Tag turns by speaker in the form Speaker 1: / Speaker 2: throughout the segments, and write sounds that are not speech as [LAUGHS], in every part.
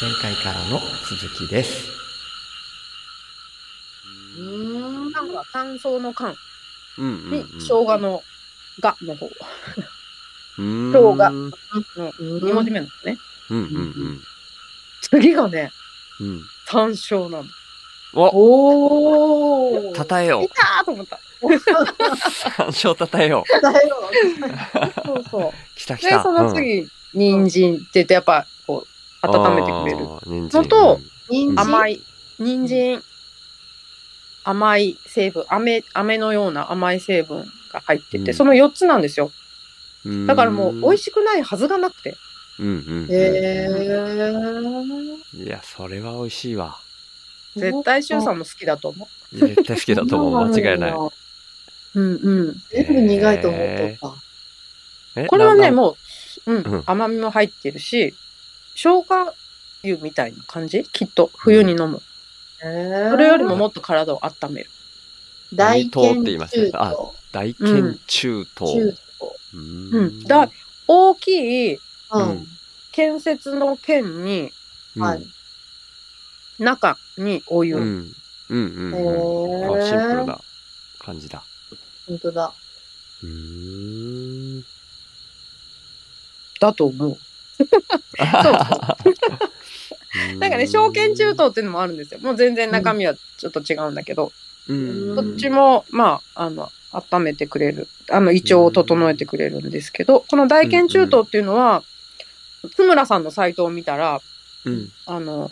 Speaker 1: 前回からの続きです。
Speaker 2: うん。なんか、乾燥の缶
Speaker 3: うんうんうん
Speaker 2: に、生姜のがの方。
Speaker 3: 生
Speaker 2: 姜が
Speaker 3: うん
Speaker 2: の2文字目なのね。
Speaker 3: うんうん
Speaker 2: 次がね、
Speaker 3: うん。
Speaker 2: 山椒なの。
Speaker 3: お
Speaker 2: お
Speaker 3: たたえよ。
Speaker 2: いうたーと思った。
Speaker 3: 山椒たたえよう。
Speaker 2: だよ。そうそう。
Speaker 3: [LAUGHS] きたき
Speaker 2: で、
Speaker 3: た。
Speaker 2: その次、人参って言って、やっぱ、こう、温めてくれる。
Speaker 3: る
Speaker 2: のと、
Speaker 3: 人
Speaker 2: 甘
Speaker 3: い。
Speaker 2: い、人参、甘い成分、飴、飴のような甘い成分が入って
Speaker 3: う
Speaker 2: て、
Speaker 3: ん
Speaker 2: その4つなんですよ。
Speaker 3: うん
Speaker 2: だからもう、美味しくないはずがなくて。
Speaker 3: うんうんうん。
Speaker 2: ー。
Speaker 3: いや、それは美味しいわ。
Speaker 2: 絶対、しゅんさんも好きだと思
Speaker 3: 絶対好きだ
Speaker 2: [LAUGHS]
Speaker 3: と思う。間違いない。
Speaker 2: う。うんうん。
Speaker 3: 全部苦いと思っとった
Speaker 2: これはね、
Speaker 3: う。
Speaker 2: もう、う
Speaker 3: うんん、
Speaker 2: 甘みも入ってるし、生姜湯みたいな感じきっと、冬に飲む。そ
Speaker 4: そ
Speaker 2: れよりももっと体を温める。
Speaker 4: 大
Speaker 3: 大根
Speaker 4: 研中
Speaker 3: って言いましたねあ
Speaker 4: 等
Speaker 3: 大研中等。
Speaker 4: 中
Speaker 3: う
Speaker 2: うん。だ、大きい
Speaker 4: 等
Speaker 3: う
Speaker 4: う
Speaker 3: んん。
Speaker 2: 建設の剣に、
Speaker 3: うん
Speaker 4: はい。
Speaker 2: 中にお湯。
Speaker 3: うん。うんうんうん。
Speaker 4: へ
Speaker 3: あ、シンプル
Speaker 4: ー。
Speaker 3: な感じだ。
Speaker 4: 本当だ。
Speaker 3: うーん。
Speaker 2: だと思う。
Speaker 3: [LAUGHS]
Speaker 2: なんかね、証券中等っていうのもあるんですよ。もう全然中身はちょっと違うんだけど、
Speaker 3: うん。
Speaker 2: どっちも、まあ、あの、温めてくれる、あの、胃腸を整えてくれるんですけど、この大研中等っていうのは、津村さんのサイトを見たら、
Speaker 3: うん。
Speaker 2: あの、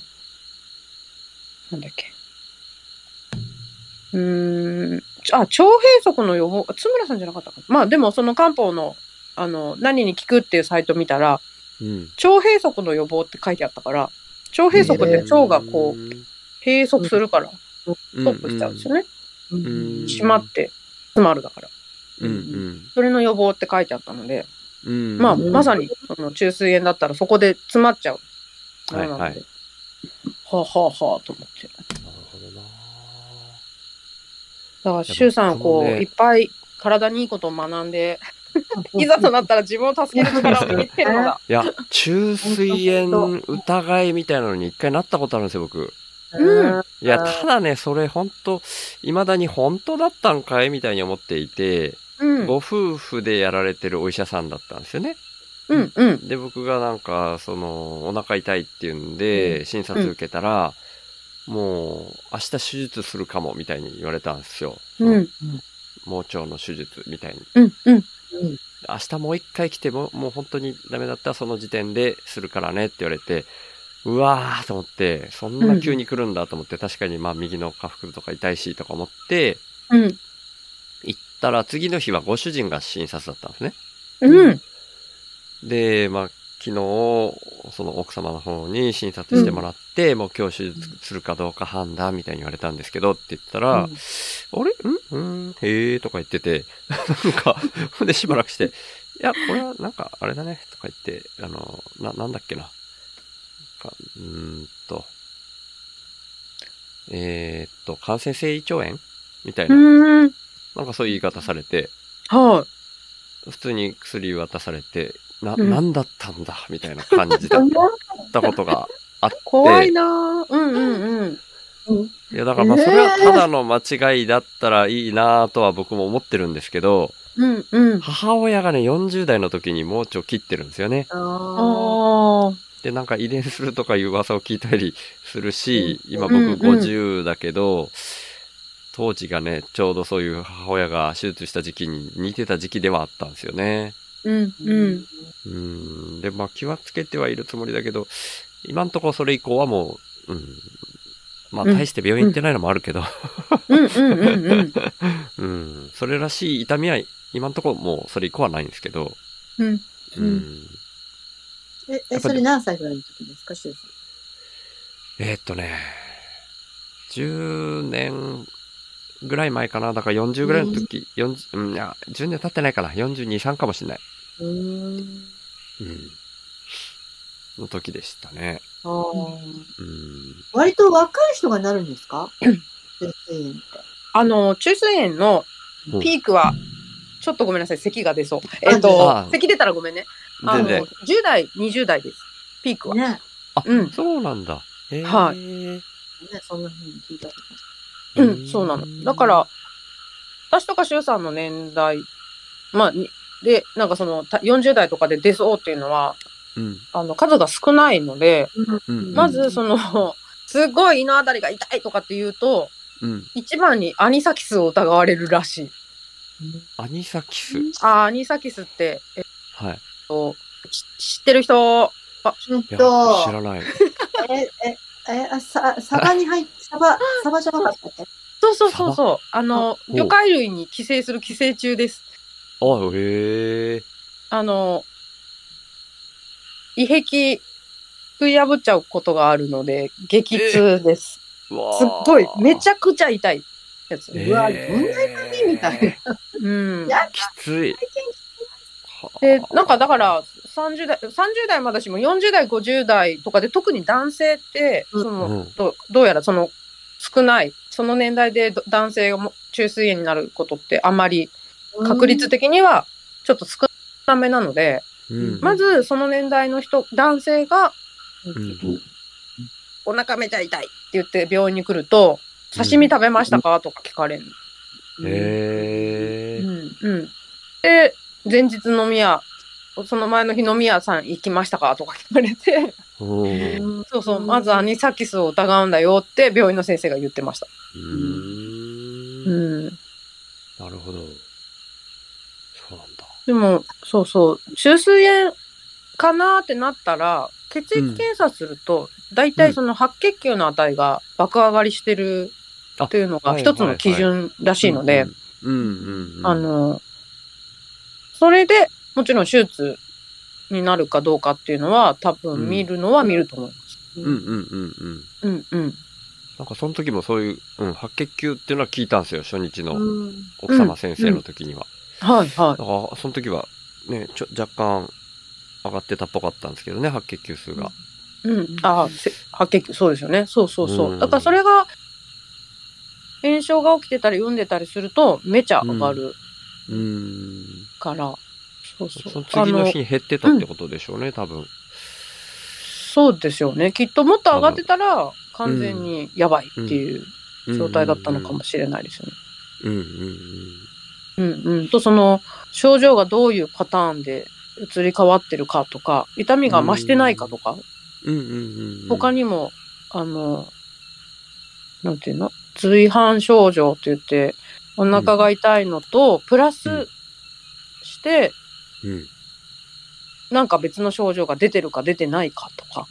Speaker 2: なんだっけ。うーん、あ、腸閉塞の予防、あ津村さんじゃなかったかな。まあ、でもその漢方の、あの、何に効くっていうサイト見たら、
Speaker 3: うん。
Speaker 2: 腸閉塞の予防って書いてあったから、腸閉塞って腸がこう、閉塞するから、
Speaker 3: う
Speaker 2: ス
Speaker 3: ん、
Speaker 2: トップしちゃうんですよね。
Speaker 3: うん
Speaker 2: 閉まって、詰まるだから。
Speaker 3: うん
Speaker 2: それの予防って書いてあったので、
Speaker 3: うん。
Speaker 2: まあ、
Speaker 3: うん
Speaker 2: まさに、その、中水炎だったらそこで詰まっちゃう。
Speaker 3: はいはい
Speaker 2: なのではあ、はあはあと思って。
Speaker 3: なるほどな
Speaker 2: だから、周さんはこう、
Speaker 3: でもね
Speaker 2: いっぱい体にいいことを学んで、いざとなったら自分を助ける力を身につけるのだ。
Speaker 3: いや、中水炎疑いみたいなのに一回なったことあるんですよ、僕。
Speaker 2: うん
Speaker 3: いや、ただね、それ本当未だに本当だったんかいみたいに思っていて、
Speaker 2: うん、
Speaker 3: ご夫婦でやられてるお医者さんだったんですよね。
Speaker 2: うん、うん。
Speaker 3: で、僕がなんか、その、お腹痛いっていうんで、診察受けたら、もう、明日手術するかも、みたいに言われたんですよ。
Speaker 2: うん、
Speaker 3: 盲腸の手術みたいに。
Speaker 2: うん、うん。
Speaker 3: 明日もう一回来ても、もう本当にダメだったらその時点でするからねって言われて、うわーと思って、そんな急に来るんだと思って、確かにまあ右の下腹とか痛いしとか思って、
Speaker 2: うん、
Speaker 3: 行ったら次の日はご主人が診察だったんですね。
Speaker 2: うん、
Speaker 3: で、まあ昨日、その奥様の方に診察してもらって、もう今日手術するかどうか判断みたいに言われたんですけどって言ったら、あれうんうんへえとか言って [LAUGHS] て、なんか、ほんでしばらくして、いや、これはなんかあれだねとか言って、あの、な、なんだっけな。かうーんと、えーっと、感染性胃腸炎みたいな、
Speaker 2: うん。
Speaker 3: なんかそういう言い方されて、
Speaker 2: はい。
Speaker 3: 普通に薬渡されて、な、
Speaker 2: うん
Speaker 3: なんだったんだみたいな感じだったことがあって、
Speaker 2: 怖いなぁ。うんうんうん。
Speaker 3: いや、だからまあそれはただの間違いだったらいいなとは僕も思ってるんですけど、
Speaker 2: うんうん。
Speaker 3: 母親がね、40代の時に盲腸切ってるんですよね。
Speaker 4: あ
Speaker 2: ああ。
Speaker 3: で、なんか遺伝するとかいう噂を聞いたりするし、今僕
Speaker 2: うんうん
Speaker 3: 50だけど、当時がね、ちょうどそういう母親が手術した時期に似てた時期ではあったんですよね。
Speaker 2: うん
Speaker 4: ー
Speaker 2: うん。。
Speaker 3: うん。で、まあ気はつけてはいるつもりだけど、今んとこそれ以降はもう、うん。まあ
Speaker 2: うん
Speaker 3: 大して病院行ってないのもあるけど、
Speaker 2: うんうんうんうん。
Speaker 3: うん。それらしい痛みは今んとこもうそれ以降はないんですけど、
Speaker 2: うん。
Speaker 4: うん
Speaker 3: うん
Speaker 4: え、
Speaker 3: や
Speaker 4: え
Speaker 3: っぱ
Speaker 4: それ何歳ぐらいの時ですか、シュウさ
Speaker 3: えーっとね、10年ぐらい前かな。だから40ぐらいの時、40うん、いや、10年経ってないかな。42、3かもしれない。
Speaker 4: ん。う
Speaker 3: う
Speaker 4: ーん。
Speaker 3: ん。の時でしたね。
Speaker 4: あー
Speaker 3: うん。
Speaker 4: 割と若い人がなるんですか別にって。
Speaker 2: あの、中水炎の
Speaker 3: うん
Speaker 2: ピークは、ちょっとごめんなさい、咳が出そう。えっと
Speaker 3: あ、
Speaker 2: 咳出たらごめんね。あ
Speaker 3: 全
Speaker 2: の、
Speaker 3: 然
Speaker 2: 10。代、20代です。ピークは。
Speaker 4: ね。
Speaker 3: あ、
Speaker 2: うん
Speaker 3: そうなんだ。へー
Speaker 2: はい
Speaker 4: ね、そんなふうに聞いたことある
Speaker 2: うん、そうなの。だか、ら、私とか周さんの年代、まあ、にで、なんかその、た40代とかで出そうっていうのは、
Speaker 3: うん、
Speaker 2: あの、数が少ないので、
Speaker 3: うん、
Speaker 2: まず、その、 [LAUGHS] すごい胃のあたりが痛いとかって言うと、
Speaker 3: うん、
Speaker 2: 一番にアニサキスを疑われるらしい。
Speaker 3: アニサキス。
Speaker 2: あー、アニサキスって、えっ
Speaker 3: はい。
Speaker 2: と、し知ってる人、
Speaker 4: ちょっ
Speaker 3: いや、
Speaker 4: と
Speaker 3: 知らない。
Speaker 4: え、え、え、あさ、サバに入っ、サバ、サバじゃなかったっけ
Speaker 2: そうそうそうそう、あの、
Speaker 3: お
Speaker 2: 魚介類に寄生する寄生虫です。
Speaker 3: あ、へえ。
Speaker 2: あの、胃壁、食い破っちゃうことがあるので、激痛です。
Speaker 3: うわー
Speaker 2: すっごい、めちゃくちゃ痛いやつ。
Speaker 3: え
Speaker 4: うわ
Speaker 3: ー
Speaker 4: どんな痛みみたいな。
Speaker 2: うん。
Speaker 4: やだ
Speaker 3: きつい。
Speaker 2: で、なんかだから、30代、30代まだしも40代、50代とかで、特に男性って、
Speaker 4: うん
Speaker 2: [LAUGHS] その、
Speaker 3: うん
Speaker 2: どどうやらその、少ない、その年代でど男性がも中水炎になることってあまり確率的にはちょっと少なめなので、
Speaker 3: うん、
Speaker 2: まずその年代の人、男性が
Speaker 3: うん
Speaker 2: お腹めちゃ痛いって言って病院に来ると、刺身食べましたかとか聞かれる。
Speaker 3: へ
Speaker 2: う
Speaker 3: ー
Speaker 2: ん、うん。で、前日飲み屋、その前の日飲み屋さん行きましたかとか聞かれて、
Speaker 3: おー
Speaker 4: うん
Speaker 2: そうそう、まずアニサキスを疑うんだよって病院の先生が言ってました。
Speaker 3: うーん。
Speaker 2: うん。
Speaker 3: なるほど。そうなんだ。
Speaker 2: でも、そうそう、中水炎かなーってなったら、血液検査すると、大体その白血球のあたりが爆上がりしてるっていうの
Speaker 3: あ
Speaker 2: が
Speaker 3: はい
Speaker 2: 一つの基準らしいので、
Speaker 3: うんうんうん。
Speaker 2: あの、それでもちろん手術になるかどうかっていうのは、多分見るのは見ると思います。
Speaker 3: うんうんうんうん。
Speaker 2: うんうん。
Speaker 3: なんかその時もそういう、うん、白血球っていうのは聞いたんですよ、初日の
Speaker 4: うん
Speaker 3: 奥様先生の時には。
Speaker 2: はいは
Speaker 3: だから、その時は、ね、ちょ、若干上がってたっぽかったんですけどね、白血球数が。
Speaker 2: い。うん。ああ、せ白血球、そうですよね。そうそうそうう。
Speaker 3: ん
Speaker 2: だからそれが、炎症が起きてたり、産んでたりすると、めちゃ上がる
Speaker 3: うーん。
Speaker 2: から、そうそう。
Speaker 3: その次の
Speaker 2: あ
Speaker 3: 日に減ってたってことでしょうね、多分。
Speaker 2: そうですよね。きっともっと上がってたら、完全にやばいっていう状態だったのかもしれないですよね。
Speaker 3: うんうんうん。
Speaker 2: うんうん。と、その、症状がどういうパターンで移り変わってるかとか、痛みが増してないかとか、
Speaker 3: うんうんうんうん。
Speaker 2: 他にも、あの、なんていうの随伴症状って言って、お腹が痛いのと、プラ
Speaker 3: うん
Speaker 2: スして、
Speaker 3: うん
Speaker 2: なんか別の症状が出てるか出てないかとか。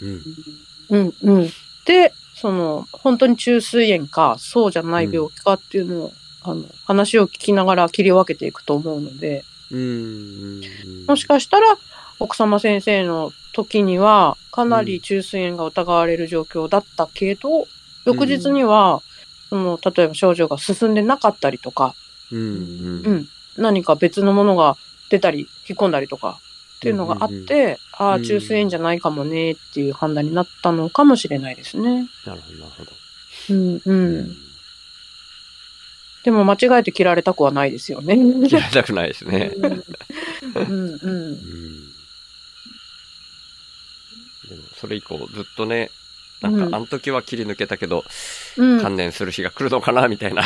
Speaker 3: うん。
Speaker 2: うんうん。で、その、本当に中水炎か、そうじゃない病気かっていうのを、あの、話を聞きながら切り分けていくと思うので、
Speaker 3: うんうんうん。
Speaker 2: もしかしたら、奥様先生の時には、かなり中水炎が疑われる状況だったけど、翌日には、その、例えば症状が進んでなかったりとか、
Speaker 3: うんうん
Speaker 2: うん、何か別のものが出たり、引っ込んだりとか、っていうのがあって、
Speaker 3: うんうん
Speaker 2: ああ、中水炎じゃないかもね、っていう判断になったのかもしれないですね。
Speaker 3: なるほど、なるほど。
Speaker 2: うん、うん。でも間違えて切られたくはないですよね。うん
Speaker 3: 嫌いたくないですね。
Speaker 2: うん
Speaker 3: う。ん。でも、それ以降、ずっとね、なんか、
Speaker 2: うん
Speaker 3: あの時は切り抜けたけど、 [LAUGHS]
Speaker 2: うん。
Speaker 3: 観念する日が来るのかな、みたいな、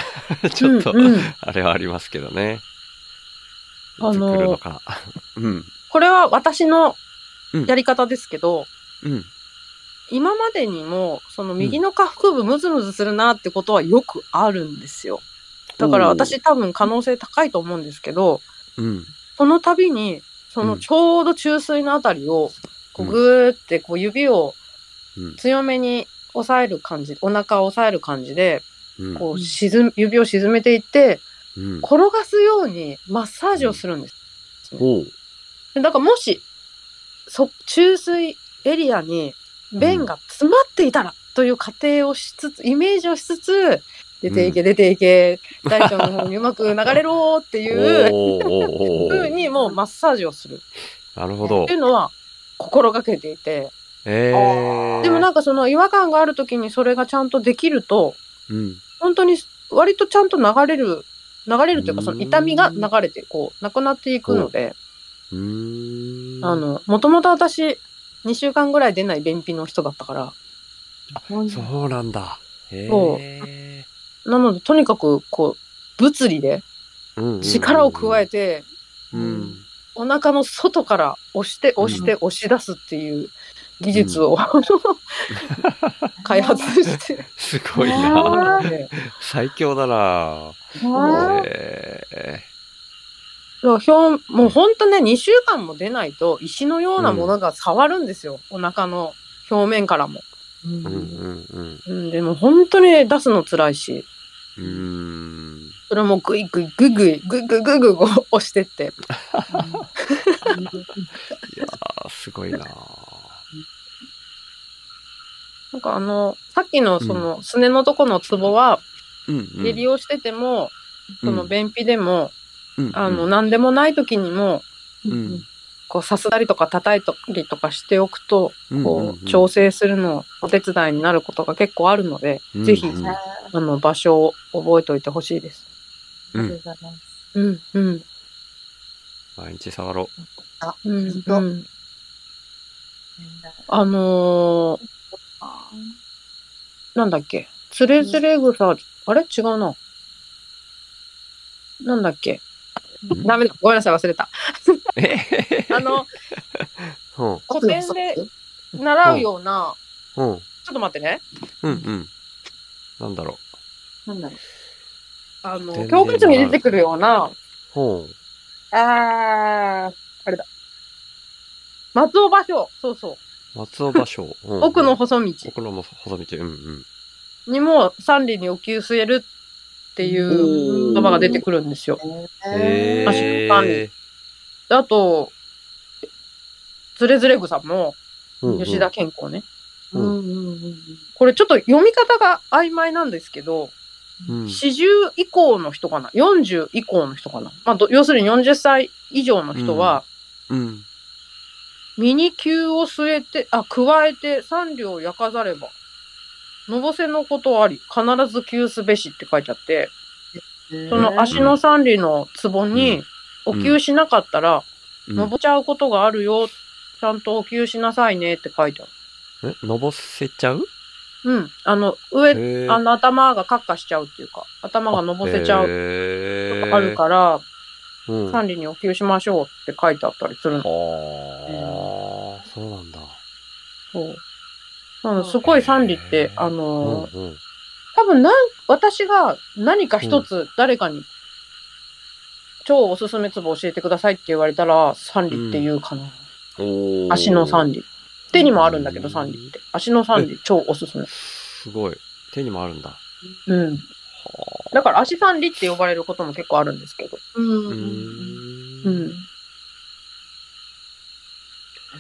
Speaker 3: ちょっと
Speaker 2: う、んうん
Speaker 3: あれはありますけどね。
Speaker 2: あの
Speaker 3: いつ来るのか。うん。
Speaker 2: これは私の
Speaker 3: うん
Speaker 2: やり方ですけど、
Speaker 3: うん。
Speaker 2: 今までにも、その右の下腹部ムズムズするなってことはよくあるんですよ。だから私多分可能性高いと思うんですけど、
Speaker 3: うん。
Speaker 2: その度に、そのちょうど中水のあたりを、こうぐーってこう指を
Speaker 3: うん
Speaker 2: 強めに押さえる感じ、お腹を押さえる感じで、
Speaker 3: うん。
Speaker 2: こう沈む、指を沈めていって、
Speaker 3: うん。
Speaker 2: 転がすようにマッサージをするんです。
Speaker 3: おう。
Speaker 2: でだからもし、そ、中水エリアに便が詰まっていたらという仮定をしつつ、イメージをしつつ、出ていけ、出ていけ、大腸の方にうまく流れろっていう
Speaker 3: おうおう [LAUGHS] おうおう
Speaker 2: 風にもうマッサージをする
Speaker 3: なるほど
Speaker 2: ってい。うのは心がけていて、
Speaker 3: えー。
Speaker 2: でもなんかその違和感がある時にそれがちゃんとできると、
Speaker 3: うん。
Speaker 2: 本当に割とちゃんと流れる、流れるというか
Speaker 3: うん
Speaker 2: その痛みが流れて、こう、なくなっていくので、
Speaker 3: うーん。
Speaker 2: あ、の、もともと私、 2週間ぐらい出ない便秘の人だったから。
Speaker 3: そうなんだ。へ
Speaker 2: そ
Speaker 3: え。
Speaker 2: なので、とにかく、こう、物理で
Speaker 3: うんうんうん
Speaker 2: 力を加えて、
Speaker 3: うん。
Speaker 2: お腹の外から押して、押して、押し出すっていう技術を、 [LAUGHS] 開発
Speaker 3: [LAUGHS]
Speaker 2: して。
Speaker 3: すごい
Speaker 4: あ
Speaker 3: な。
Speaker 4: ー
Speaker 2: で
Speaker 3: 最強だな。
Speaker 4: あー
Speaker 3: へえ。
Speaker 2: 表もう本当ね、2週間も出ないと、石のようなものが触るんですよ。お腹の表面からも。
Speaker 3: うんうんうん。
Speaker 2: うん、でも本当に出すの辛いし、
Speaker 3: うーん。
Speaker 2: それもグイグイグイグイグイグイグイグイこう押してって。
Speaker 3: いやーすごいな。
Speaker 2: なんかあの、さっきのその、すねのとこのツボは、
Speaker 3: うんうん
Speaker 2: 下痢をしてても、その便秘でも、
Speaker 3: うんうん
Speaker 2: あの、何でもない時にも、
Speaker 3: うん
Speaker 2: こう、さすだりとか叩いたりとかしておくと、
Speaker 3: うんうん
Speaker 2: こ
Speaker 3: うん
Speaker 2: う、調整するの、お手伝いになることが結構あるので、
Speaker 3: うん
Speaker 2: ぜひ、
Speaker 3: うん
Speaker 4: あ
Speaker 2: あの、場所を覚えておいてほしいです。
Speaker 4: ーありがとうございます
Speaker 2: うん、うん、
Speaker 3: 毎日触ろ
Speaker 2: うん、
Speaker 4: 本当
Speaker 2: うん。あのー、
Speaker 4: あ
Speaker 2: なんだっけ、つれづれ草、あれ違うな。なんだっけ。
Speaker 3: ん
Speaker 2: ダメだ。ごめんなさい、忘れた。
Speaker 3: う。えへへへ
Speaker 2: [LAUGHS] あの、
Speaker 3: うん
Speaker 4: ー
Speaker 2: 古典で習うような、
Speaker 3: うん
Speaker 2: ちょっと待ってね。
Speaker 3: うんうん。なんだろう。
Speaker 4: なんだろう
Speaker 2: あ
Speaker 3: 古典
Speaker 2: の
Speaker 3: で習、う
Speaker 2: 教科書に出てくるような、
Speaker 3: ほう。
Speaker 2: あー、あれだ。松尾芭蕉、そうそう。
Speaker 3: 松尾芭蕉。うん
Speaker 2: 奥の細道
Speaker 3: 奥のも細道。うんうん。
Speaker 2: にも、三里にお灸据えるっていう言葉が出てくるんですよ。
Speaker 4: ね
Speaker 3: へえ。
Speaker 2: 足のであと、つれづれ草も、
Speaker 3: うんうん
Speaker 2: 吉田健康ね。
Speaker 4: うんうんうんうん
Speaker 2: これちょっと読み方が曖昧なんですけど、
Speaker 3: うん
Speaker 2: 40以降の人かな ?40 以降の人かなまあど、要するに40歳以上の人は、
Speaker 3: うん。
Speaker 2: ミニ球を据えて、あ、加えて三両焼かざれば、のぼせのことあり、必ず球すべしって書いてあって、その足の三里の壺に、お給しなかったら、
Speaker 3: うん
Speaker 2: のぼちゃうことがあるよ、ちゃんとお給しなさいねって書いてある。
Speaker 3: え、のぼせちゃう
Speaker 2: うん。あの、上、
Speaker 3: へー
Speaker 2: あの頭がカッカしちゃうっていうか、頭がのぼせちゃうとかあるから、
Speaker 3: ら。うん。あ
Speaker 2: 管理にお給しましょうって書いてあったりするの。
Speaker 3: あ、そうなんだ。
Speaker 2: そう。なのですごい三理って
Speaker 3: へ、ー
Speaker 2: あ
Speaker 3: うん
Speaker 2: のー
Speaker 3: うん。
Speaker 2: 多分なん、私が何か一つ誰かに、超おすすめツボ教えてくださいって言われたら、三理って言うかな。
Speaker 3: おー
Speaker 2: 足の三理。手にもあるんだけ
Speaker 3: う
Speaker 2: ど、
Speaker 3: ん
Speaker 2: 三理って。足の三理、超おすすめ。
Speaker 3: すごい。手にもあるんだ。
Speaker 2: うん。だから足三理って呼ばれることも結構あるんですけど。
Speaker 4: うん
Speaker 3: う
Speaker 4: うん
Speaker 3: ー。
Speaker 4: うん
Speaker 2: うんん。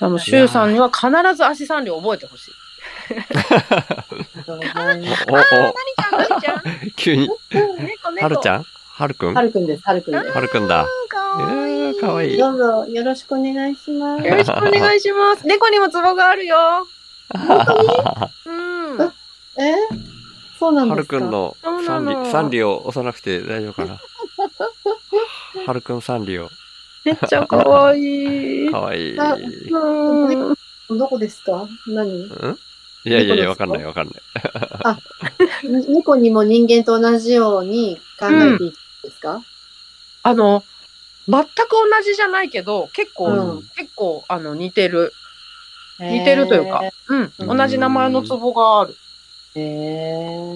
Speaker 2: あの、周さんには必ず足三理を覚えてほしい。
Speaker 4: ありがとうございます
Speaker 3: おお、
Speaker 2: 何ちゃん、何ちゃん
Speaker 3: 急に。
Speaker 2: 猫猫
Speaker 3: はるちゃんはるくん
Speaker 4: は
Speaker 3: は
Speaker 4: るくんです、はるくんです。
Speaker 3: るくんだ。
Speaker 2: か
Speaker 3: え
Speaker 2: わいい
Speaker 3: ー、かわいい。
Speaker 4: どうぞよろしくお願いします。
Speaker 2: よろしくお願いします。猫にもツボがあるよ。うん。
Speaker 4: えそうなん
Speaker 3: は
Speaker 4: で
Speaker 3: る
Speaker 4: すか
Speaker 3: くんの
Speaker 2: そうな
Speaker 3: 三
Speaker 2: の
Speaker 3: 里、三里を押さなくて大丈夫か
Speaker 4: [LAUGHS]
Speaker 3: な。はるくん三里を。
Speaker 2: めっちゃかわいい。
Speaker 3: かわいい。
Speaker 4: あ
Speaker 3: う
Speaker 2: うん。
Speaker 4: どこですか何 [LAUGHS]
Speaker 3: んいやいやいや、わ
Speaker 4: 猫ですか
Speaker 3: かんないわかんない。
Speaker 4: 猫にも人間と同じように考えていいんですか、
Speaker 2: あの、全く同じじゃないけど、結構、
Speaker 4: うん
Speaker 2: 結構、あの、似てる。似てるというか、うん。同じ名前のツボがある。
Speaker 4: へ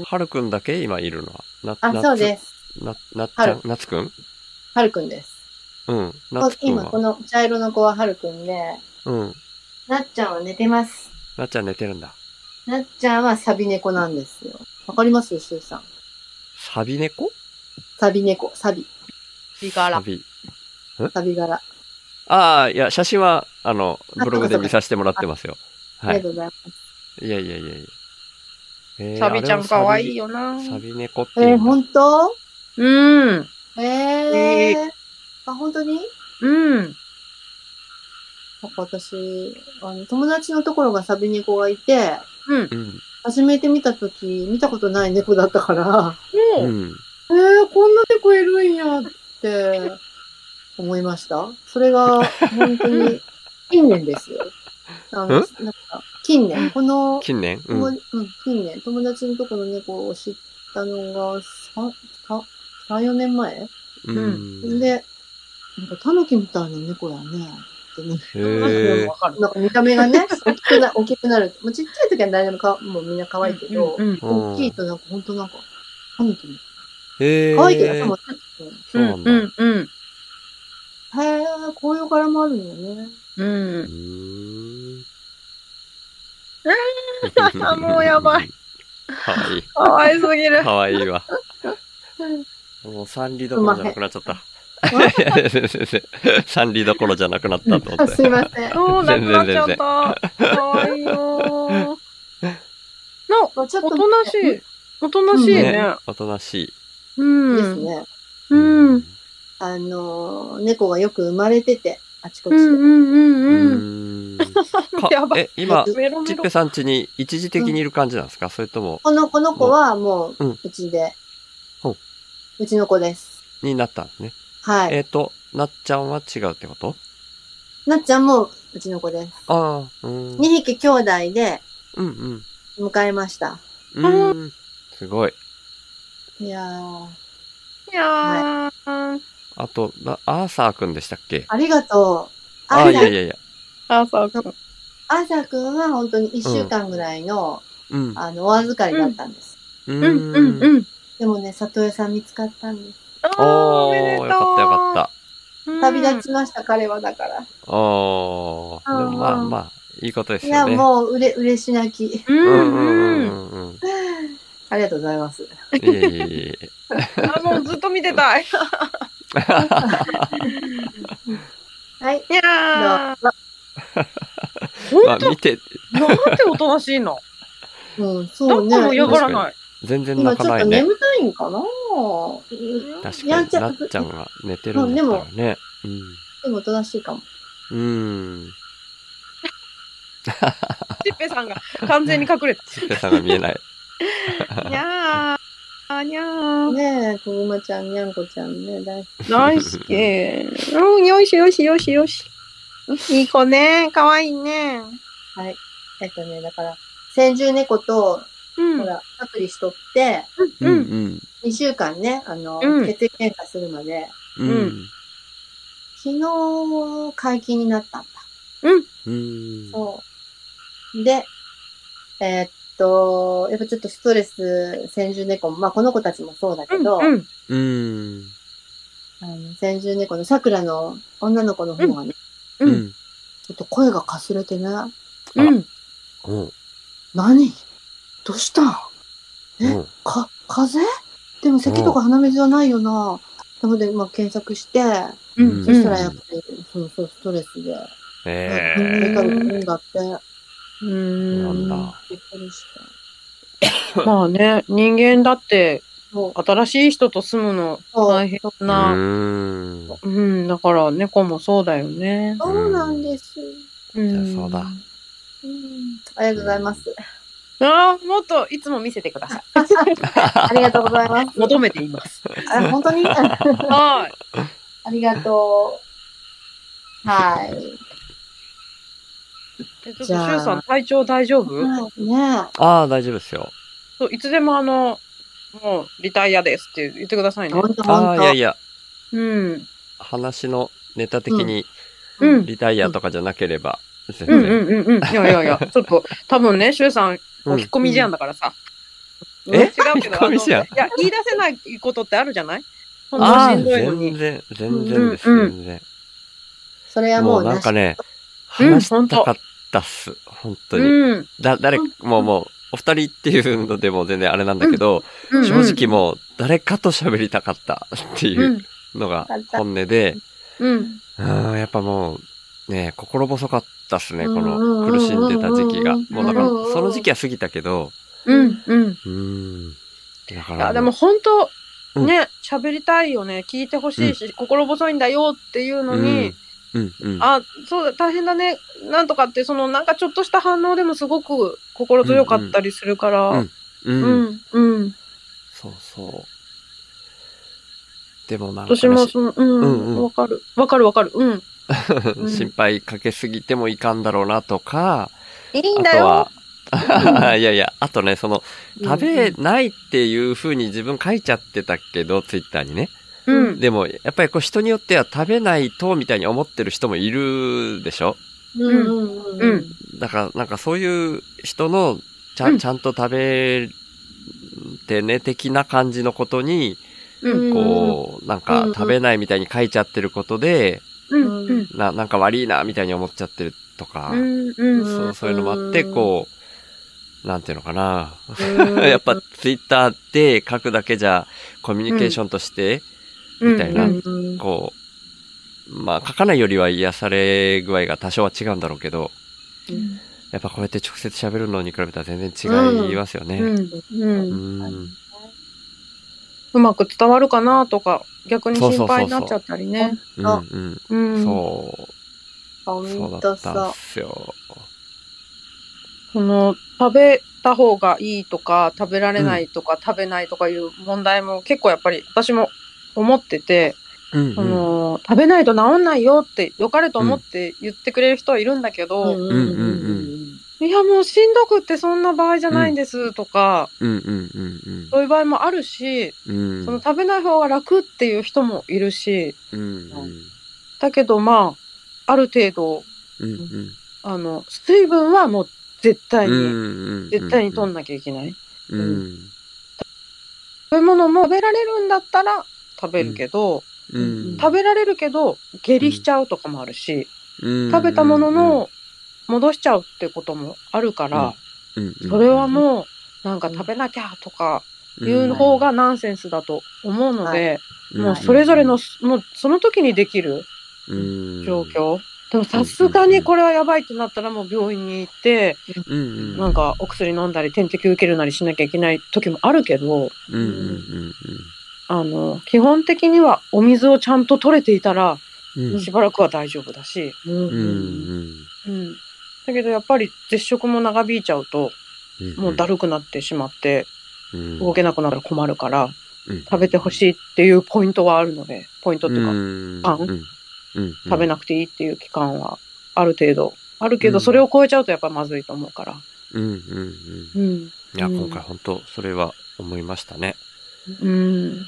Speaker 4: ー。
Speaker 3: はるくんだけ今いるのは。な、
Speaker 4: あ、
Speaker 3: なつ
Speaker 4: そうです。
Speaker 3: な、なっちゃ
Speaker 4: は
Speaker 3: ん、なつくん
Speaker 4: はるくんです。
Speaker 3: うん。なつくん
Speaker 4: 今こ
Speaker 3: は。
Speaker 4: の茶色の子ははるくんで、
Speaker 3: うん。
Speaker 4: なっちゃんは寝てます。
Speaker 3: なっちゃん寝てるんだ。
Speaker 4: なっちゃんはサビ猫なんですよ。わかりますスーさん。
Speaker 3: サビ猫
Speaker 4: サビ猫、サビ、
Speaker 2: ビガ
Speaker 3: サ
Speaker 2: ラ。
Speaker 3: ビ。
Speaker 4: サビ柄。
Speaker 3: ああ、いや、写真は、あの、
Speaker 4: あ
Speaker 3: ブログで
Speaker 4: そうかそうか
Speaker 3: 見させてもらってますよ。
Speaker 4: あ
Speaker 3: は
Speaker 4: り
Speaker 3: い
Speaker 4: が。とうございます。
Speaker 3: いやいやいやいや。えー
Speaker 2: サビちゃんかわいい。
Speaker 3: あ
Speaker 2: よな
Speaker 3: れ。をサビサビ猫って
Speaker 4: え
Speaker 3: い
Speaker 4: ー、
Speaker 3: うの。
Speaker 4: 本当
Speaker 2: うん。
Speaker 4: えー、
Speaker 2: え
Speaker 4: あ、本当に
Speaker 2: うん。
Speaker 4: なんか私、あの、友達のところがサビ猫がいて、
Speaker 2: う
Speaker 3: う
Speaker 2: ん。
Speaker 3: ん。
Speaker 4: 初めて見たとき、見たことない猫だったから、
Speaker 2: も
Speaker 3: う。
Speaker 2: うん
Speaker 4: えー、こんな猫いるんやって思いました。それが、本当に、近年ですよ。あの
Speaker 3: ん
Speaker 4: なんか近年、この、
Speaker 3: 近年う
Speaker 4: 友
Speaker 3: ん。
Speaker 4: うん近年、友達のとこの猫を知ったのがささ3、4年前、
Speaker 3: うん。
Speaker 4: で、なんか狸みたいな猫だね。ってね
Speaker 3: へ
Speaker 2: で
Speaker 3: え
Speaker 2: も。わかる
Speaker 4: なんか見た目がね、大きくな大きくなる。もうちっちゃい時は誰でもかもうみんな可愛いけど、
Speaker 2: うんうん
Speaker 3: うん
Speaker 4: 大きいとなんか本当なんか、狸み
Speaker 3: へ
Speaker 4: た
Speaker 3: え。
Speaker 4: い。可愛いけど頭高くて
Speaker 3: そうなんだ。
Speaker 2: うんうん
Speaker 4: へー、こういう柄もあるんだね。
Speaker 2: うんうん
Speaker 3: うーん
Speaker 2: もうやばい。
Speaker 3: かわいい。
Speaker 2: かわいすぎる
Speaker 3: かわいいわ。もう三里どころじゃなくなっちゃ
Speaker 2: [LAUGHS]
Speaker 3: った。三里どころじゃなくなったと思
Speaker 4: あ
Speaker 3: って
Speaker 4: す。いません。
Speaker 2: そうなくなっちゃったかわいいよーな
Speaker 4: まあちょっ
Speaker 2: お
Speaker 4: と
Speaker 2: となしいおとなしいね
Speaker 3: おとなしい。
Speaker 2: う
Speaker 4: です
Speaker 2: ん
Speaker 4: ね。
Speaker 2: うんうん。
Speaker 4: あのー、猫がよく生まれてて、あちこ
Speaker 2: う
Speaker 4: ちで。
Speaker 2: ん
Speaker 3: う
Speaker 2: うんうん
Speaker 3: ん。か
Speaker 2: [LAUGHS] やばい
Speaker 3: え、今、
Speaker 2: メロメ
Speaker 3: チッ
Speaker 2: ロ
Speaker 3: ペさん家に一時的にいる感じなんですかそれとも、
Speaker 4: この、この子はも
Speaker 3: う、
Speaker 4: うんうちで
Speaker 3: ほう。
Speaker 4: うちの子です。
Speaker 3: になったんですね。
Speaker 4: はい。
Speaker 3: えっと、なっちゃんは違うってこと
Speaker 4: なっちゃんもうちの子です。
Speaker 3: ああ、うん。
Speaker 4: 2匹兄弟で
Speaker 3: うん
Speaker 4: 迎えました。
Speaker 3: うん。うん。すごい。
Speaker 4: いやー、
Speaker 2: いやー
Speaker 3: あと、なアーサーくんでしたっけ
Speaker 4: ありがとう。
Speaker 3: あ
Speaker 4: ア
Speaker 3: あ、
Speaker 4: ー
Speaker 3: い
Speaker 4: サ
Speaker 3: やい
Speaker 4: ー、
Speaker 3: やいや。
Speaker 2: 朝くん
Speaker 4: アーサーくんは本当に1週間ぐらいの、
Speaker 3: うん。
Speaker 4: あの、お預かりだったんです。
Speaker 3: う
Speaker 2: うんうんうん
Speaker 4: でもね、里親さん見つかったんです。
Speaker 2: あー
Speaker 3: おー、
Speaker 2: おめで
Speaker 3: よ
Speaker 2: と
Speaker 3: か
Speaker 2: う
Speaker 3: ったよかった。
Speaker 2: うん
Speaker 4: 旅立ちました、彼はだから。
Speaker 3: おー、でもまあ
Speaker 4: あー
Speaker 3: まあ、いいことです
Speaker 4: いや、
Speaker 3: よね。
Speaker 4: もう、うれ、嬉し泣き。
Speaker 2: う
Speaker 3: うんんう
Speaker 2: うんん
Speaker 3: うんうんうん。
Speaker 4: ありがとうございます。
Speaker 3: いえいえいえ。
Speaker 2: あ、もうずっと見
Speaker 4: [LAUGHS]
Speaker 2: てたい。い
Speaker 4: はい。
Speaker 2: やー。
Speaker 3: まあ
Speaker 2: 本当、
Speaker 3: 見て、
Speaker 2: なんておとなしいの。
Speaker 4: うん、
Speaker 2: な
Speaker 4: [LAUGHS] そうんね。
Speaker 2: かも嫌がらない。
Speaker 3: 全然
Speaker 4: 今
Speaker 3: 泣
Speaker 4: ち
Speaker 3: か
Speaker 4: ょっ
Speaker 3: な
Speaker 4: と
Speaker 3: いね。
Speaker 4: 眠たいんかな
Speaker 3: 確
Speaker 4: や
Speaker 3: か
Speaker 4: ん
Speaker 3: に、
Speaker 4: ちゃ
Speaker 3: なっちゃんが寝てるんだったらね。
Speaker 4: でもおとなしいかも。
Speaker 3: うん。うん。
Speaker 2: ちっぺさんが完全に隠
Speaker 3: [LAUGHS]
Speaker 2: れ
Speaker 3: ちっぺさんが見えない。
Speaker 2: た。にゃー。あにゃー。
Speaker 4: ねえ、こぐまちゃん、にゃんこちゃんね、大好
Speaker 2: 大好き。うん、よしよしよしよし。いい子ね。かわいいね。
Speaker 4: き。はい。えっとね、だから、先住猫と、
Speaker 2: うん。
Speaker 4: ほら、アプリしとって、
Speaker 3: う
Speaker 2: うんん。
Speaker 3: うん。
Speaker 4: 2週間ね、あの、
Speaker 2: うん
Speaker 4: 血液検査するまで、
Speaker 3: うん
Speaker 4: 昨日、解禁になったんだ。
Speaker 3: うん。
Speaker 4: そう。で、えーっと、やっぱちょっとストレス、先住猫も、まあこの子たちもそうだけど、
Speaker 2: うん。
Speaker 3: うん。
Speaker 4: あの先住猫の桜の女の子の方がね、
Speaker 2: う。
Speaker 3: うんん。
Speaker 4: ちょっと声がかすれてね、
Speaker 2: うん。
Speaker 3: おう
Speaker 4: 何どうしたんえ
Speaker 3: おう
Speaker 4: か、風邪でも咳とか鼻水はないよな。なので、まあ検索して、
Speaker 2: うん。
Speaker 3: うん
Speaker 4: そしたら
Speaker 2: う。
Speaker 4: やっぱり、そうそう、ストレスで、
Speaker 3: え
Speaker 4: メタ
Speaker 3: え。
Speaker 4: ルんだって、
Speaker 3: なんんだ。
Speaker 4: びっくりした。
Speaker 2: まあね、人間だって、
Speaker 4: そう、
Speaker 2: 新しい人と住むの
Speaker 4: そう
Speaker 2: 大変
Speaker 3: う
Speaker 2: な。
Speaker 3: ん。
Speaker 2: うん、だから猫もそうだよね。
Speaker 4: そうなんです。
Speaker 2: うん、
Speaker 3: そうだ
Speaker 4: うんありがとうござい
Speaker 3: [LAUGHS]
Speaker 4: ます。
Speaker 2: あーもっといつも見せてください。
Speaker 4: ありがとうございます。
Speaker 2: 求めて
Speaker 3: [LAUGHS]
Speaker 2: います。
Speaker 4: あ本当に [LAUGHS] あ
Speaker 2: は
Speaker 4: りがとう。はい。
Speaker 2: い。えちょっと、シ
Speaker 4: じゃあ
Speaker 2: ュウさん、体調大丈夫
Speaker 4: ね
Speaker 3: ああ、大丈夫ですよ。
Speaker 2: そういつでもあの、もう、リタイアですって言ってください
Speaker 4: え。
Speaker 2: ね
Speaker 4: ほ。んと
Speaker 3: あ
Speaker 4: ほ
Speaker 3: あ、
Speaker 4: ん
Speaker 3: い
Speaker 4: と
Speaker 3: やいや、
Speaker 2: うん。
Speaker 3: 話のネタ的に
Speaker 2: うん。
Speaker 3: リタイアとかじゃなければ、全
Speaker 2: うんう
Speaker 3: 然。
Speaker 2: んうんうん。いやいや
Speaker 3: [LAUGHS]
Speaker 2: いや、ちょっと、多分ね、シュウさん、お引っ込み思案だからさ。
Speaker 3: うん
Speaker 2: 違
Speaker 3: え
Speaker 2: うけど、
Speaker 3: 引っ込み
Speaker 2: い
Speaker 3: 思案
Speaker 2: や、言い出せないことってあるじゃないほん
Speaker 3: あ
Speaker 2: と
Speaker 3: あ、
Speaker 2: しんどいの
Speaker 3: 全
Speaker 2: に。
Speaker 3: 然、全然です、
Speaker 2: うんうん
Speaker 3: 全然。
Speaker 4: それはも
Speaker 3: も
Speaker 4: う
Speaker 3: うなん
Speaker 4: な
Speaker 3: か
Speaker 4: し。
Speaker 3: ね、
Speaker 2: うん
Speaker 3: 話したかったっす、本当に。
Speaker 2: うん。
Speaker 3: だ、誰、もうもう、お二人っていうのでも全然あれなんだけど、
Speaker 2: うん
Speaker 3: 正直もう、誰かと喋りたかったって
Speaker 2: う。
Speaker 3: いうんのが
Speaker 4: うん
Speaker 3: 本音で、
Speaker 2: うん。
Speaker 3: うーん、やっぱもう、ね、心細かったっすね、こ
Speaker 4: うんうんう
Speaker 3: の
Speaker 4: んうん
Speaker 3: 苦しんでた時期が。もうだから
Speaker 4: うんうんう、ん
Speaker 3: その時期は過ぎたけど、
Speaker 2: うん。うん。
Speaker 3: うーん。だか
Speaker 2: い
Speaker 3: ら、
Speaker 2: やでも本当
Speaker 3: うん
Speaker 2: ね喋、りたいよね聞いてほしいし、心細いんだよっていうのに、
Speaker 3: うん、うん、うん。
Speaker 2: あそうだ大変だねなんとかってそのなんかちょっとした反応でもすごく心強かったりするからうん
Speaker 3: うん、
Speaker 2: うん、
Speaker 3: そうそう。でもなんかね、
Speaker 2: 私もそのうん
Speaker 3: うんうん
Speaker 2: わ、かるわかるわかるうんん
Speaker 3: 心配かけすぎてもいかんだろうなとか、
Speaker 4: いいん
Speaker 3: あ
Speaker 4: だ
Speaker 3: と
Speaker 4: よ
Speaker 3: は、 [LAUGHS] いやいや、あとね、その、食べないっていう風に自分書いちゃってたけど、ツイッターにね。
Speaker 2: うん。
Speaker 3: でも、やっぱりこう人によっては食べないと、みたいに思ってる人もいるでしょ
Speaker 4: うんうんうん
Speaker 2: う
Speaker 4: うんん。
Speaker 3: だから、なんかそういう人の、ちゃ,、
Speaker 2: うん
Speaker 3: ちゃんと食べてね、的な感じのことに、
Speaker 2: うん。
Speaker 3: こう、なん
Speaker 4: う
Speaker 3: か
Speaker 4: ん
Speaker 3: 食べないみたいに書いちゃってることで、
Speaker 2: うん。うん。
Speaker 3: な、なんか悪いな、みたいに思っちゃってるとか、
Speaker 2: うん。うん。
Speaker 3: そうそういうのもあって、
Speaker 4: うん
Speaker 3: こう、なんていうのかな。
Speaker 4: うん
Speaker 3: [LAUGHS] やっぱツイッターで書くだけじゃ、コミュニケーションとして、みたいな
Speaker 2: うん
Speaker 4: うん
Speaker 3: こう、まあ書かないよりは癒され具合が多少は違うんだろうけど、
Speaker 2: うん
Speaker 3: やっぱこうやって直接喋るのに比べたら全然違いますよね。
Speaker 2: うんう
Speaker 3: うんん
Speaker 2: うまく伝わるかなとか、逆に
Speaker 3: そうそうそうそう
Speaker 2: 心配になっちゃったりね。
Speaker 3: うんうん
Speaker 2: うん。
Speaker 3: そ
Speaker 4: ほ
Speaker 3: う、そ
Speaker 4: ん
Speaker 3: うだ
Speaker 4: と
Speaker 3: った
Speaker 4: そ
Speaker 3: ん
Speaker 4: う
Speaker 3: で。すよ。
Speaker 2: その食べた方がいいとか食べられないとか、食べないとかいう問題も結構やっぱり私も思ってて、
Speaker 3: うん
Speaker 2: そ
Speaker 3: うん
Speaker 2: の食べないと治んないよって良かれと思って言ってくれる人はいるんだけど、
Speaker 4: うん
Speaker 3: うんうん
Speaker 2: いやもうしんどくってそんな場合じゃないんですとか、
Speaker 3: うんうんうん
Speaker 2: そういう場合もあるし
Speaker 3: うん
Speaker 2: その食べない方が楽っていう人もいるし
Speaker 3: うんうん
Speaker 2: だけどまあある程度
Speaker 3: うん
Speaker 2: あの水分はもう絶対
Speaker 3: うん
Speaker 2: に、
Speaker 3: うん
Speaker 2: 絶対に取
Speaker 3: ん
Speaker 2: んなきゃいけない。
Speaker 3: うん
Speaker 2: そういうものも食べられるんだったら食べるけど、
Speaker 3: うん
Speaker 2: 食べられるけど下痢しちゃうとかもあるし、
Speaker 3: うん
Speaker 2: 食べたものの戻しちゃうってこともあるから、
Speaker 3: うんうん
Speaker 2: それはもうなんか食べなきゃとかいう方がナンセンスだと思うので、
Speaker 3: うん
Speaker 2: もうそれぞれのもうその時にできる状
Speaker 3: 状
Speaker 2: 況。でもさすがにこれはやばいってなったらもう病院に行って、なんかお薬飲んだり点滴受けるなりしなきゃいけない時もあるけど、
Speaker 3: うんうんうん
Speaker 2: あの、基本的にはお水をちゃんと取れていたら、
Speaker 3: うんうん
Speaker 2: しばらくは大丈夫だし、
Speaker 4: うん
Speaker 3: う
Speaker 4: うんん
Speaker 2: うん。だけどやっぱり絶食も長引いちゃうと、
Speaker 3: うん
Speaker 2: もうだるくなってしまって、動け
Speaker 3: な
Speaker 2: なくなったら困るから、
Speaker 3: 食
Speaker 2: 食べてほ
Speaker 3: い
Speaker 2: しいっていうポイントはあるので、ポイントっていうか、
Speaker 3: か
Speaker 2: パン
Speaker 3: 食
Speaker 2: 食べな
Speaker 3: く
Speaker 2: くていいっていう期間はある程度、あるけ
Speaker 3: う
Speaker 2: ど、
Speaker 3: ん
Speaker 2: それを超えちゃうとやっぱまずいと思うから。
Speaker 3: うんうんうん
Speaker 2: うん。
Speaker 3: いや
Speaker 2: うん
Speaker 3: 今回本当それは思いましたね
Speaker 2: うん。
Speaker 3: うん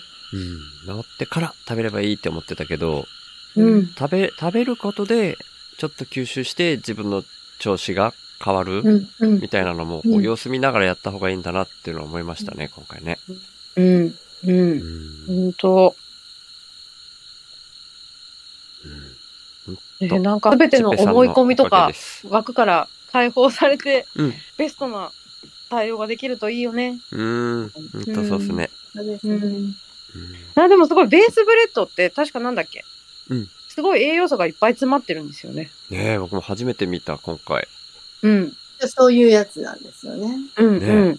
Speaker 3: 治ってから食べればいいって思ってたけど
Speaker 2: うん。
Speaker 3: 食べ食べることでちょっと吸収して自分の調子が変わる
Speaker 2: うん。うん
Speaker 3: みたいなのも、
Speaker 2: うん
Speaker 3: こう様子見ながらやった方がいいんだなっていうのは思いましたね、今回ね。
Speaker 2: うん。う
Speaker 3: うん
Speaker 2: ん。本当。ね
Speaker 3: と
Speaker 2: なんか全ての思い込みとか、枠から解放されて、
Speaker 3: うん
Speaker 2: ベストな対応ができるといいよね。
Speaker 3: うん、ほんとそうですね。
Speaker 4: そうですね。
Speaker 2: あでもすごいベースブレッドって確かなんだっけ、
Speaker 3: うん
Speaker 2: すごい栄養素がいっぱい詰まってるんですよね。
Speaker 3: ねえ、僕も初めて見た、今回。
Speaker 2: うん。
Speaker 4: そういうやつなんですよね。
Speaker 2: うん、
Speaker 3: ね
Speaker 2: うん。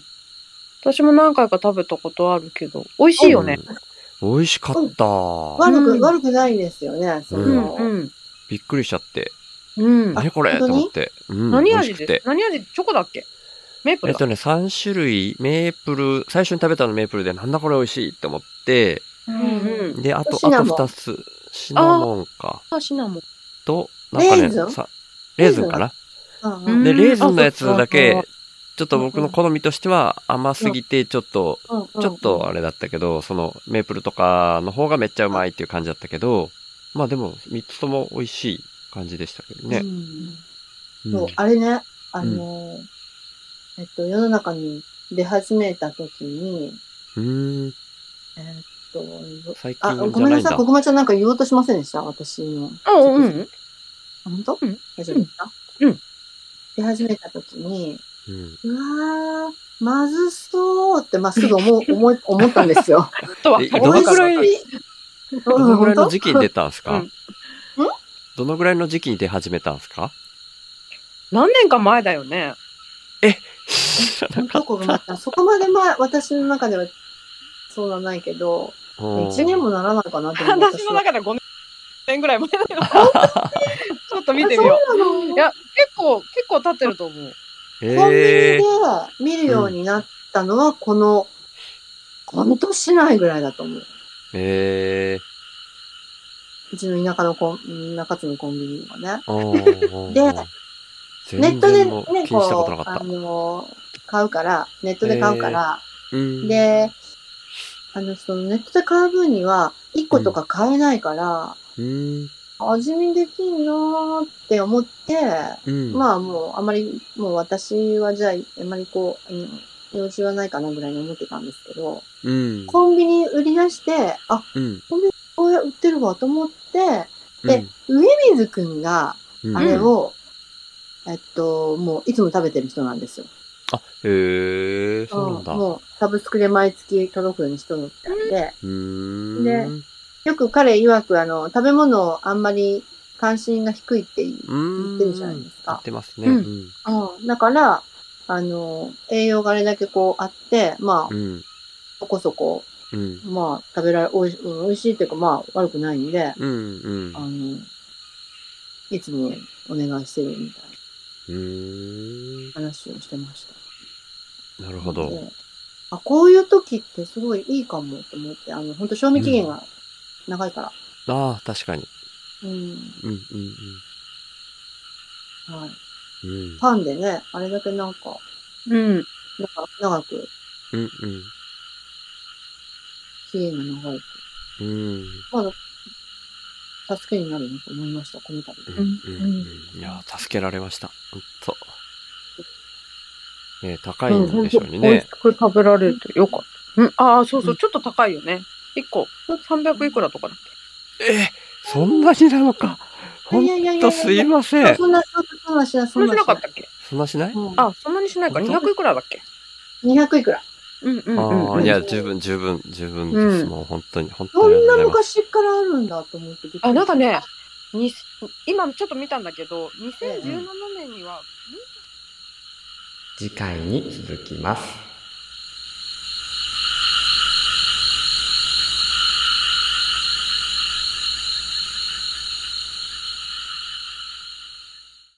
Speaker 2: 私も何回か食べたことあるけど、美味しいよね。
Speaker 3: うん。美味しかった。
Speaker 4: 悪
Speaker 2: うん
Speaker 4: く、悪くないですよね。そ
Speaker 2: うん、
Speaker 4: の、
Speaker 2: うん。
Speaker 3: びっくりしちゃって。
Speaker 2: うん。
Speaker 3: 何これと
Speaker 4: 本当に
Speaker 3: 思って。うん
Speaker 2: 何
Speaker 3: 美
Speaker 2: 味
Speaker 3: 味しく
Speaker 2: で
Speaker 3: て
Speaker 2: 何味チョコだっけメープ
Speaker 3: え
Speaker 2: ル
Speaker 3: っ
Speaker 2: だ、
Speaker 3: とね、3種類、メープル、最初に食べたのメープルで、なんだこれ美味しいって思って、
Speaker 2: うんうん。
Speaker 3: で、あと、
Speaker 4: シナ
Speaker 3: あ
Speaker 4: モン
Speaker 3: と2つ、シナモンか、
Speaker 2: あ、シナモン。
Speaker 3: と、なんかね、
Speaker 4: レーズン
Speaker 3: さレーズンかな
Speaker 4: うん
Speaker 2: うん
Speaker 3: で、レーズンのやつだ
Speaker 2: うんあ
Speaker 3: け
Speaker 2: そ、
Speaker 3: ちょっと僕の好みとしては甘すぎて、ちょっと、ちょっ、とあれだったけど、そのメープルとかの方がめっちゃうまいっていう感じだったけど、まあでも3つとも美味しい感じでしたけど
Speaker 4: うんうん
Speaker 3: ね。、
Speaker 4: うんそううんあれね、あの、えっと、世の中に出始めた時に、
Speaker 3: うーん
Speaker 4: えっと、
Speaker 3: 最近
Speaker 4: あ、
Speaker 3: じ
Speaker 4: ご
Speaker 3: ゃ
Speaker 4: めん
Speaker 3: な
Speaker 4: ない
Speaker 3: んだ
Speaker 4: さい、。ここまちゃんなんか言おうとしませんでした私の。
Speaker 2: あ、うんうん。
Speaker 4: あ本当
Speaker 2: うん
Speaker 4: 大丈夫ですか
Speaker 2: うん。
Speaker 4: 出始めた時に、
Speaker 3: うん
Speaker 4: うわー、まずそうって、まあ、す
Speaker 3: [LAUGHS]
Speaker 4: ぐ思う、思い、思ったんですよ。
Speaker 2: とは
Speaker 3: え [LAUGHS] どのぐらい
Speaker 4: 美味しい
Speaker 3: どのぐらいの
Speaker 4: うん
Speaker 3: 時期に出たんすか、
Speaker 2: うんん
Speaker 3: どのぐらいの時期に出始めたんすか
Speaker 2: 何年か前だよね。
Speaker 3: 知らなか
Speaker 4: ど
Speaker 3: っ
Speaker 4: こがまた、そこまでまあ、私の中では、そうはないけど、
Speaker 3: た。うん
Speaker 4: 1年もならないかなって思
Speaker 2: 私
Speaker 4: 私
Speaker 2: の
Speaker 4: は
Speaker 2: 中では5年ぐらい前だ [LAUGHS] けど、ちょっと見てみよ
Speaker 4: あそう
Speaker 2: う。
Speaker 4: ないの
Speaker 2: や、結構、結構経ってると思う。
Speaker 4: コンビニ
Speaker 3: へ
Speaker 4: で見るようになったのは、この、半年ないぐらいだと思う。
Speaker 3: えー。
Speaker 4: うちの田舎のコン、中津のコンビニはね。
Speaker 3: あー
Speaker 4: で、ネ
Speaker 3: ネ
Speaker 4: ットでね、
Speaker 3: 気にしたことな
Speaker 4: こう、
Speaker 3: かっ
Speaker 4: あ
Speaker 3: た。
Speaker 4: の、買うから、ネットで買うから、
Speaker 3: うん、
Speaker 4: で、あの、そのネットで買う分には、1個とか買えないから、
Speaker 3: うん、
Speaker 4: 味見できんなーって思って、
Speaker 3: うん、
Speaker 4: まあもう、あまり、もう私はじゃあ、あまりこう、うん用事はないかなぐらいに思ってたんですけど、
Speaker 3: うん、
Speaker 4: コンビニ売り出して、あ、
Speaker 3: うん、
Speaker 4: これ売ってるわと思って、で、上水くんが、
Speaker 3: うん、
Speaker 4: あれを、えっと、もういつも食べてる人なんですよ。
Speaker 3: あ、へえ、そうなんだ。う
Speaker 4: もうサブスクで毎月届くようにしとるみたいで、
Speaker 3: ーん。
Speaker 4: でよく彼曰くあの、食べ物をあんまり関心が低いって言う。
Speaker 3: 言
Speaker 4: 言ってるじゃないですか
Speaker 3: 言ってますね。
Speaker 2: う
Speaker 3: うん。
Speaker 4: うんだから、あの、栄養があれだけこうあって、ま
Speaker 3: う
Speaker 4: あ、
Speaker 3: ん。
Speaker 4: そこそこ、
Speaker 3: うん。
Speaker 4: まあ、食べられ、おいしうん美味しいっていうか、まあ、悪くないんで、
Speaker 3: うん。うん。
Speaker 4: あの、いつもお願いしてるみたいな
Speaker 3: うーん。
Speaker 4: 話をしてました。
Speaker 3: なるほど。
Speaker 4: であ、こういう時ってすごいいいかもと思って、あの、本当賞味期限が長いから。
Speaker 3: ああ、確かに。
Speaker 4: うん。
Speaker 3: うん。うん。
Speaker 4: はい。
Speaker 3: うん。
Speaker 4: パンでね、あれだけなんか、
Speaker 2: うん。
Speaker 4: なんか長く、
Speaker 3: うん。
Speaker 4: 期限が長いっ
Speaker 3: う
Speaker 4: て、
Speaker 3: ん。うん。
Speaker 4: 助けになるなと思いました、この度。
Speaker 3: うんうんうんいやー、助けられました。ほんと。ね高いんでしょうに
Speaker 2: 美味
Speaker 3: ね
Speaker 2: し。く食べられてよかった。うん、ああ、そうそう、ちょっと高いよね。1個、300いくらとかだっ
Speaker 3: えーそんなになのか。ほ
Speaker 4: いやいや
Speaker 3: ん
Speaker 4: いやいや
Speaker 3: とすいません。
Speaker 4: そんな、そんな、そんなしない、
Speaker 2: けそ
Speaker 4: そ
Speaker 2: ん
Speaker 4: ん
Speaker 2: な
Speaker 4: なし
Speaker 2: しな
Speaker 4: な
Speaker 2: かっ
Speaker 4: い
Speaker 2: たっけ
Speaker 3: そんなしない
Speaker 4: うん
Speaker 2: あ、そんなにしないか、200いくらだっけ
Speaker 4: 200いくら。
Speaker 2: うんうんうん
Speaker 3: あ
Speaker 2: う
Speaker 3: あ、
Speaker 2: ん。
Speaker 3: いや、
Speaker 4: うん
Speaker 3: 十分、十分、十分です。
Speaker 2: うん
Speaker 3: もう本当に、本
Speaker 4: そ
Speaker 3: 当にあり
Speaker 4: ん
Speaker 3: が
Speaker 4: な
Speaker 3: とうございます。
Speaker 4: 昔からあるんだと思ってびっくりした
Speaker 2: あ、なんかね、に今ちょっと見たんだけど、2017年には、
Speaker 1: 次回に続きます。